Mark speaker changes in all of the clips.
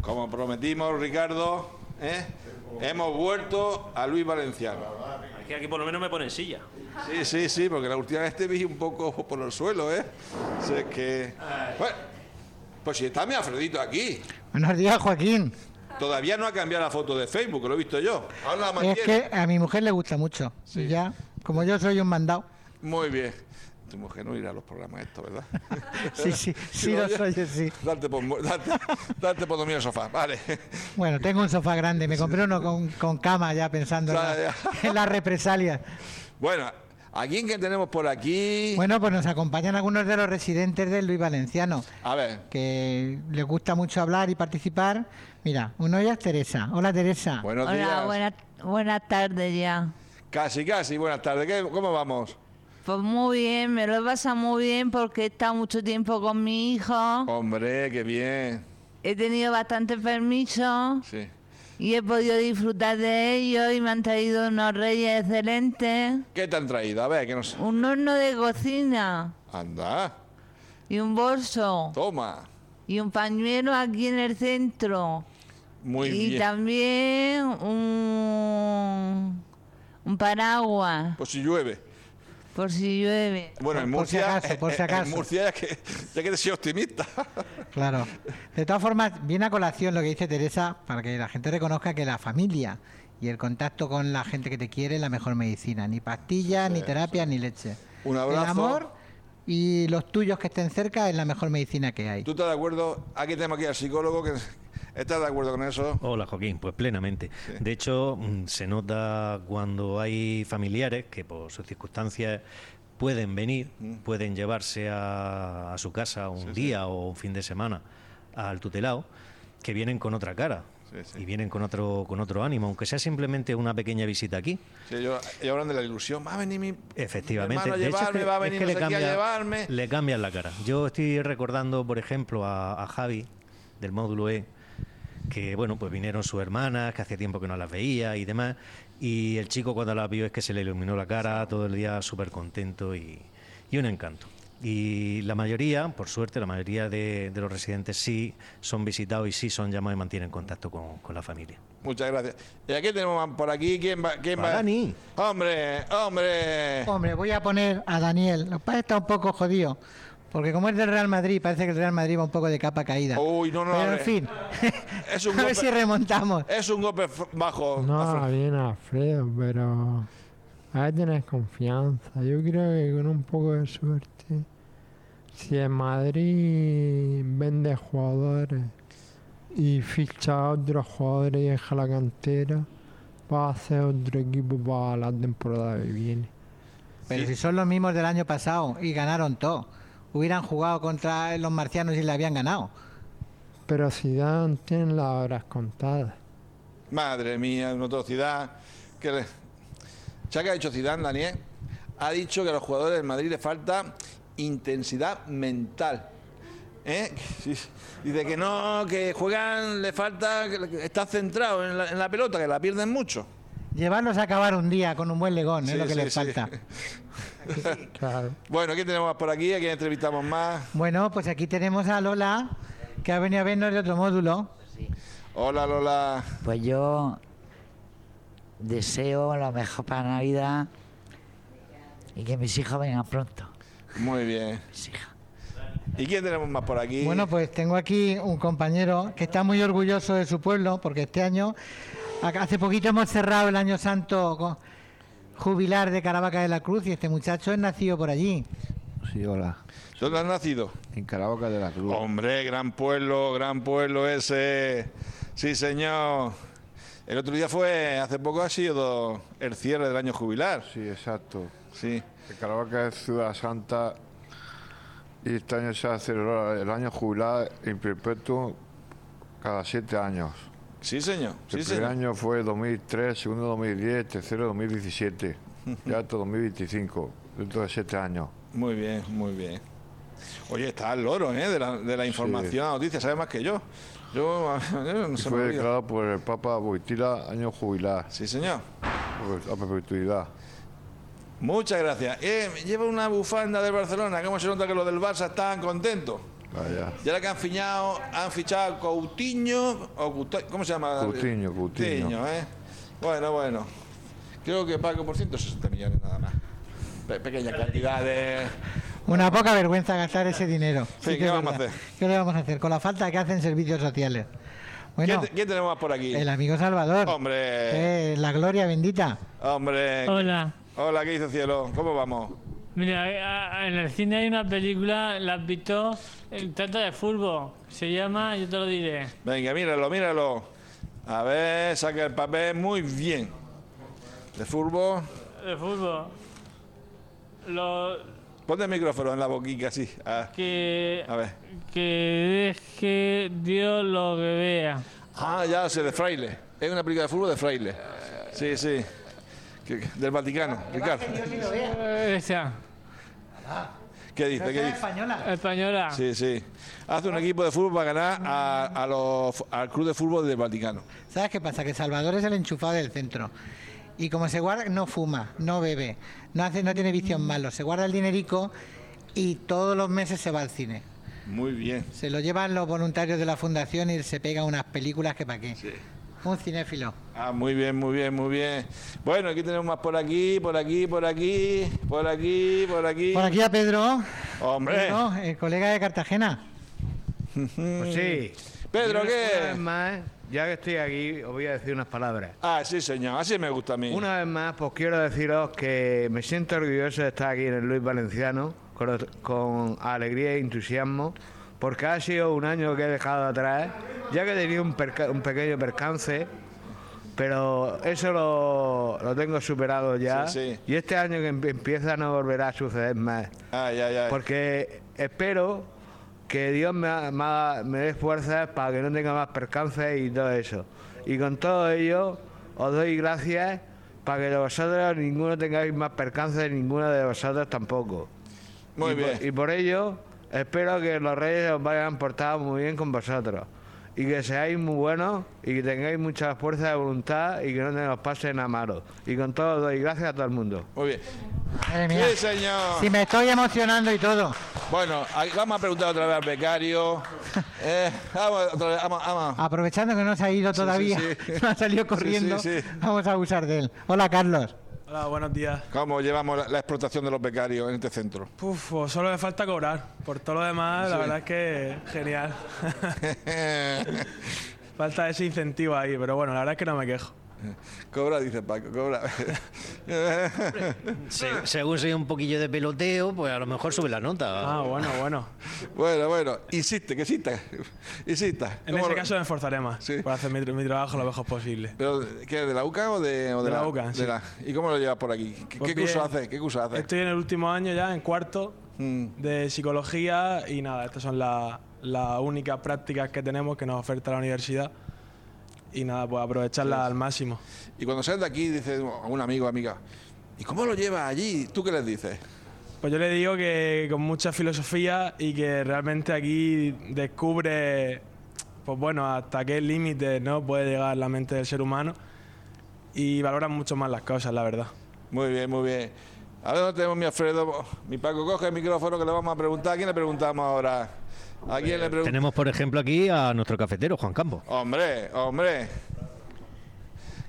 Speaker 1: Como prometimos, Ricardo, ¿eh? hemos vuelto a Luis Valenciano.
Speaker 2: Aquí, aquí por lo menos me ponen silla.
Speaker 1: Sí, sí, sí, porque la última vez te vi un poco por el suelo, ¿eh? O sea, es que... Pues, pues si está mi Alfredito aquí.
Speaker 3: Buenos días, Joaquín.
Speaker 1: Todavía no ha cambiado la foto de Facebook, que lo he visto yo. Ahora la
Speaker 3: Es
Speaker 1: mantiene.
Speaker 3: que a mi mujer le gusta mucho. Y ya, como yo soy un mandado.
Speaker 1: Muy bien. Tu mujer no irá a los programas estos, ¿verdad?
Speaker 3: Sí, sí, sí, lo soy, sí.
Speaker 1: Date por, mu- date, date por dormir en el sofá, vale.
Speaker 3: Bueno, tengo un sofá grande. Me compré uno con, con cama ya pensando en, la-
Speaker 1: Ya, ya.
Speaker 3: en las represalias.
Speaker 1: Bueno, ¿a quién que tenemos por aquí?
Speaker 3: Bueno, pues nos acompañan algunos de los residentes de Luis Valenciano,
Speaker 1: A ver,
Speaker 3: que les gusta mucho hablar y participar. Mira, uno ya es Teresa. Hola, Teresa.
Speaker 1: buenos
Speaker 4: Hola,
Speaker 1: días.
Speaker 4: buenas buenas tardes ya.
Speaker 1: Casi, casi, buenas tardes. ¿Qué- ¿Cómo vamos?
Speaker 4: Pues muy bien, me lo he pasado muy bien porque he estado mucho tiempo con mi hijo,
Speaker 1: Hombre, qué bien.
Speaker 4: he tenido bastante permiso
Speaker 1: Sí.
Speaker 4: y he podido disfrutar de ellos y me han traído unos reyes excelentes,
Speaker 1: ¿Qué te han traído? A ver, que nos.
Speaker 4: un horno de cocina
Speaker 1: Anda,
Speaker 4: y un bolso
Speaker 1: toma.
Speaker 4: y un pañuelo aquí en el centro
Speaker 1: Muy
Speaker 4: y
Speaker 1: bien.
Speaker 4: también un, un paraguas
Speaker 1: Por si llueve.
Speaker 4: por si llueve.
Speaker 1: Bueno, en
Speaker 3: Por si
Speaker 1: Murcia. eh,
Speaker 3: acaso, por si
Speaker 1: en- en
Speaker 3: acaso.
Speaker 1: Murcia, ya que, ya que te soy optimista.
Speaker 3: Claro. De todas formas, viene a colación lo que dice Teresa para que la gente reconozca que la familia y el contacto con la gente que te quiere es la mejor medicina. Ni pastillas, ni terapia, ni leche.
Speaker 1: Un abrazo.
Speaker 3: El amor y los tuyos que estén cerca es la mejor medicina que hay.
Speaker 1: ¿Tú estás de acuerdo? Aquí tenemos aquí al psicólogo que. ¿Estás de acuerdo con eso?
Speaker 5: Hola Joaquín, pues plenamente. De hecho, mm, se nota cuando hay familiares que por sus circunstancias pueden venir,
Speaker 1: Mm.
Speaker 5: pueden llevarse a, a su casa un día o un fin de semana al tutelado, que vienen con otra cara
Speaker 1: Sí, sí.
Speaker 5: y vienen con otro, con otro ánimo, aunque sea simplemente una pequeña visita aquí.
Speaker 1: Sí, yo, ellos hablan de la ilusión. Va a venir mi.
Speaker 5: Efectivamente.
Speaker 1: hermano a
Speaker 5: De hecho, es
Speaker 1: llevarme,
Speaker 5: que-
Speaker 1: va a
Speaker 5: es
Speaker 1: venir
Speaker 5: que
Speaker 1: no
Speaker 5: le
Speaker 1: sé quién a
Speaker 5: cambia-
Speaker 1: llevarme.
Speaker 5: Le cambian la cara. Yo estoy recordando, por ejemplo, a, a Javi del módulo E, que bueno, pues vinieron sus hermanas, que hacía tiempo que no las veía y demás. Y el chico cuando las vio es que se le iluminó la cara, todo el día súper contento y, y un encanto. Y la mayoría, por suerte, la mayoría de, de los residentes sí son visitados y sí son llamados y mantienen contacto con, con la familia.
Speaker 1: Muchas gracias. ¿Y aquí tenemos por aquí? ¿Quién va? ¿Quién va?
Speaker 5: Dani.
Speaker 1: Hombre, hombre.
Speaker 3: Hombre, voy a poner a Daniel. Los padres están un poco jodidos. Porque como es del Real Madrid, parece que el Real Madrid va un poco de capa caída.
Speaker 1: Uy, Oh, no, no,
Speaker 3: Pero
Speaker 1: a
Speaker 3: en
Speaker 1: ver.
Speaker 3: fin,
Speaker 1: Es un
Speaker 3: a ver
Speaker 1: golpe-
Speaker 3: si remontamos.
Speaker 1: Es un golpe f- bajo.
Speaker 6: No,
Speaker 1: Alfredo.
Speaker 6: bien Alfredo, pero hay que tener confianza. Yo creo que con un poco de suerte, si en Madrid vende jugadores y ficha a otros jugadores y deja la cantera, va a hacer otro equipo para la temporada que viene.
Speaker 3: Pero si son los mismos del año pasado y ganaron todo. Hubieran jugado contra los marcianos y le habían ganado.
Speaker 6: Pero si dan, tienen las horas contadas.
Speaker 1: Madre mía, otro Zidane. Que le... ¿Sabes qué ha dicho Zidane, Daniel? Ha dicho que a los jugadores del Madrid le falta intensidad mental. ¿Eh? Sí, sí. Dice que no, que juegan, le falta, que- que está centrado en la, en la pelota, que la pierden mucho.
Speaker 3: Llevarlos a acabar un día con un buen legón,
Speaker 1: Sí,
Speaker 3: es lo que
Speaker 1: sí,
Speaker 3: les
Speaker 1: sí.
Speaker 3: falta.
Speaker 6: Claro.
Speaker 1: Bueno, ¿quién tenemos más por aquí? ¿A quién entrevistamos más?
Speaker 3: Bueno, pues aquí tenemos a Lola, que ha venido a vernos de otro módulo.
Speaker 1: Hola, Lola.
Speaker 7: Pues yo deseo lo mejor para Navidad y que mis hijos vengan pronto.
Speaker 1: Muy bien.
Speaker 7: Mis hijas.
Speaker 1: ¿Y quién tenemos más por aquí?
Speaker 3: Bueno, pues tengo aquí un compañero que está muy orgulloso de su pueblo, porque este año, a- hace poquito hemos cerrado el año santo con- jubilar de Caravaca de la Cruz y este muchacho es nacido por allí.
Speaker 8: Sí, hola.
Speaker 1: ¿Dónde has nacido?
Speaker 8: En Caravaca de la Cruz.
Speaker 1: Hombre, gran pueblo, gran pueblo ese. Sí, señor. El otro día fue, hace poco ha sido el cierre del año jubilar.
Speaker 8: Sí, exacto.
Speaker 1: Sí.
Speaker 8: En Caravaca es ciudad santa y este año se ha celebrado el año jubilar en perpetuo cada siete años.
Speaker 1: Sí, señor. Sí,
Speaker 8: el primer
Speaker 1: señor.
Speaker 8: año fue 2003, segundo 2010, tercero 2017, ya hasta 2025, dentro de siete años.
Speaker 1: Muy bien, muy bien. Oye, está al loro, ¿eh? De la, de la información, la noticia, sabe más que yo. Yo, yo no
Speaker 8: Y
Speaker 1: se me
Speaker 8: fue
Speaker 1: olvida.
Speaker 8: declarado por el Papa Boitila año jubilar,
Speaker 1: Sí, señor.
Speaker 8: por- a perpetuidad.
Speaker 1: Muchas gracias. Eh, me lleva una bufanda del Barcelona. ¿Cómo se nota que los del Barça están contentos?
Speaker 8: Vaya.
Speaker 1: Y ahora que han fichado, han fichado a Coutinho, o Couto- ¿cómo se llama?
Speaker 8: Coutinho, Coutinho.
Speaker 1: ¿eh? Bueno, bueno. Creo que pago por 160 millones nada más. Pe- pequeña cantidad de...
Speaker 3: Una poca vergüenza gastar ese dinero.
Speaker 1: Sí,
Speaker 3: que
Speaker 1: ¿qué
Speaker 3: es
Speaker 1: vamos a
Speaker 3: verdad.
Speaker 1: hacer?
Speaker 3: ¿Qué le vamos a hacer? Con la falta que hacen servicios sociales.
Speaker 1: ¿Quién,
Speaker 3: Bueno,
Speaker 1: te- quién tenemos más por aquí?
Speaker 3: el amigo Salvador.
Speaker 1: Hombre,
Speaker 3: Eh, la gloria bendita.
Speaker 1: hombre.
Speaker 9: Hola.
Speaker 1: Hola, ¿qué dice cielo? ¿Cómo vamos?
Speaker 9: Mira, a- a- en el cine hay una película, la has visto, eh, trata de fútbol. Se llama, yo te lo diré.
Speaker 1: Venga, míralo, míralo. A ver, saca el papel muy bien. De fútbol.
Speaker 9: De fútbol. Lo
Speaker 1: Ponte el micrófono en la boquita, así. A,
Speaker 9: que.
Speaker 1: a ver.
Speaker 9: Que deje Dios lo que vea.
Speaker 1: Ah, ya sé, de Fraile. Es una película de fútbol de Fraile. Sí, sí. Que- que- del Vaticano, Ricardo.
Speaker 9: Eh, Esa,
Speaker 1: ¿Qué dice? ¿Qué dice?
Speaker 3: española.
Speaker 9: española.
Speaker 1: Sí, sí. Hace un equipo de fútbol para ganar a, a los, al club de fútbol del Vaticano.
Speaker 3: ¿Sabes qué pasa? Que Salvador es el enchufado del centro. Y como se guarda, no fuma, no bebe, no, hace, no tiene vicios malos. Se guarda el dinerico y todos los meses se va al cine.
Speaker 1: Muy bien.
Speaker 3: Se lo llevan los voluntarios de la fundación y se pega unas películas que para qué. Un cinéfilo.
Speaker 1: Ah, muy bien, muy bien, muy bien. Bueno, aquí tenemos más por aquí, por aquí, por aquí, por aquí, por aquí.
Speaker 3: Por aquí a Pedro,
Speaker 1: Hombre.
Speaker 3: Pedro, el colega de Cartagena.
Speaker 10: Pues sí.
Speaker 1: Pedro,
Speaker 10: Yo, Una vez
Speaker 1: ¿qué?
Speaker 10: más, ya que estoy aquí, os voy a decir unas palabras.
Speaker 1: Ah, sí, señor. Así me gusta a mí.
Speaker 10: Una vez más, pues quiero deciros que me siento orgulloso de estar aquí en el Luis Valenciano con, con alegría e entusiasmo, porque ha sido un año que he dejado atrás, ya que he tenido un, perca- un pequeño percance, pero eso lo, lo tengo superado ya.
Speaker 1: Sí, sí.
Speaker 10: Y este año que em- empieza no volverá a suceder más.
Speaker 1: Ay, ay, ay.
Speaker 10: Porque espero que Dios me, ha- me ha- me dé fuerzas para que no tenga más percances y todo eso. Y con todo ello, os doy gracias para que de vosotros ninguno tengáis más percances, ninguno de vosotros tampoco.
Speaker 1: Muy
Speaker 10: y
Speaker 1: bien.
Speaker 10: Por, y por ello, espero que los reyes os vayan portado muy bien con vosotros. Y que seáis muy buenos y que tengáis mucha fuerza de voluntad y que no te os pasen a malo. Y con todo, os doy gracias a todo el mundo.
Speaker 1: Muy bien.
Speaker 3: Madre mía.
Speaker 1: Sí, señor.
Speaker 3: Si me estoy emocionando y todo.
Speaker 1: Bueno, ahí vamos a preguntar otra vez al becario. Eh, vamos, otra vez, vamos, vamos.
Speaker 10: Ah.
Speaker 3: Aprovechando que no se ha ido todavía,
Speaker 1: sí.
Speaker 3: no ha salido
Speaker 1: Sí,
Speaker 3: corriendo,
Speaker 1: sí, sí.
Speaker 3: vamos a abusar de él. Hola, Carlos.
Speaker 11: Hola, buenos días.
Speaker 1: ¿Cómo llevamos la, la explotación de los becarios en este centro?
Speaker 11: Puf, pues solo me falta cobrar. Por todo lo demás, la
Speaker 1: Sí.
Speaker 11: verdad es que genial. falta ese incentivo ahí, pero bueno, la verdad es que no me quejo.
Speaker 1: cobra, dice Paco, cobra.
Speaker 5: Se- según sea un poquillo de peloteo, pues a lo mejor sube la nota.
Speaker 11: Ah, bueno, bueno.
Speaker 1: bueno, bueno, insiste, que insista. Insista.
Speaker 11: En
Speaker 1: ¿Cómo
Speaker 11: ese
Speaker 1: lo-
Speaker 11: caso me esforzaré más
Speaker 1: Sí.
Speaker 11: para hacer mi, mi trabajo lo mejor posible.
Speaker 1: ¿Pero qué, de la UCA o de, o
Speaker 11: De la UCA, sí.
Speaker 1: ¿Y cómo lo llevas por aquí? ¿Qué,
Speaker 11: Pues
Speaker 1: qué curso
Speaker 11: bien.
Speaker 1: haces? ¿Qué curso haces?
Speaker 11: Estoy en el último año ya, en cuarto,
Speaker 1: Mm,
Speaker 11: de psicología y nada, estas son la- las únicas prácticas que tenemos que nos oferta la universidad. Y nada, pues aprovecharlas al máximo.
Speaker 1: Y cuando sales de aquí, dices a un amigo, amiga, ¿y cómo lo llevas allí? ¿Tú qué les dices?
Speaker 11: Pues yo le digo que con mucha filosofía y que realmente aquí descubre, pues bueno, hasta qué límite no puede llegar la mente del ser humano y valora mucho más las cosas, la verdad.
Speaker 1: Muy bien, muy bien. A ver dónde tenemos mi Alfredo. Mi Paco, coge el micrófono que le vamos a preguntar. ¿A quién le preguntamos ahora? ¿A quién le preguntamos?
Speaker 5: Tenemos, por ejemplo, aquí a nuestro cafetero, Juan Campos.
Speaker 1: Hombre, hombre.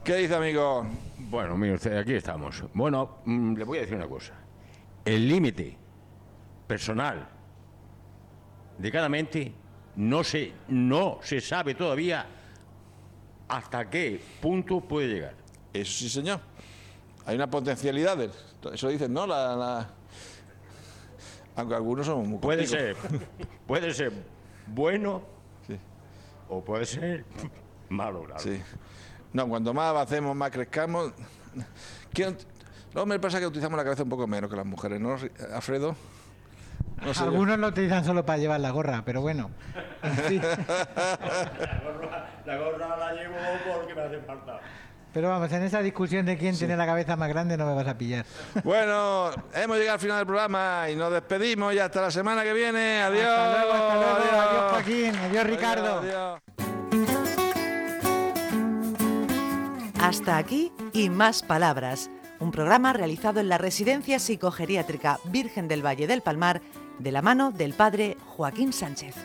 Speaker 1: ¿Qué dice, amigo?
Speaker 12: Bueno, mire usted, aquí estamos. Bueno, mm, le voy a decir una cosa. El límite personal de cada mente no se, no se sabe todavía hasta qué punto puede llegar.
Speaker 1: Eso sí, señor. Hay unas potencialidades. Eso dicen, ¿no? La, la- Aunque algunos somos muy
Speaker 12: Puede
Speaker 1: corticos.
Speaker 12: ser, puede ser bueno
Speaker 1: Sí.
Speaker 12: o puede ser malo. claro.
Speaker 1: Sí. No, cuanto más avancemos, más crezcamos. ¿Quién- Los hombres pasa que utilizamos la cabeza un poco menos que las mujeres, ¿no, Ri- Alfredo? No sé yo.
Speaker 3: Algunos lo utilizan solo para llevar la gorra, pero bueno. En fin.
Speaker 13: La gorra la llevo porque me hace falta.
Speaker 3: Pero vamos, en esa discusión de quién tiene la cabeza más grande no me vas a pillar.
Speaker 1: Bueno, hemos llegado al final del programa y nos despedimos y hasta la semana que viene. Adiós.
Speaker 3: Hasta luego, hasta luego. Adiós,
Speaker 1: adiós.
Speaker 3: Joaquín. Adiós, Ricardo.
Speaker 1: adiós.
Speaker 14: Hasta aquí y más palabras, un programa realizado en la Residencia Psicogeriátrica Virgen del Valle del Palmar de la mano del padre Joaquín Sánchez.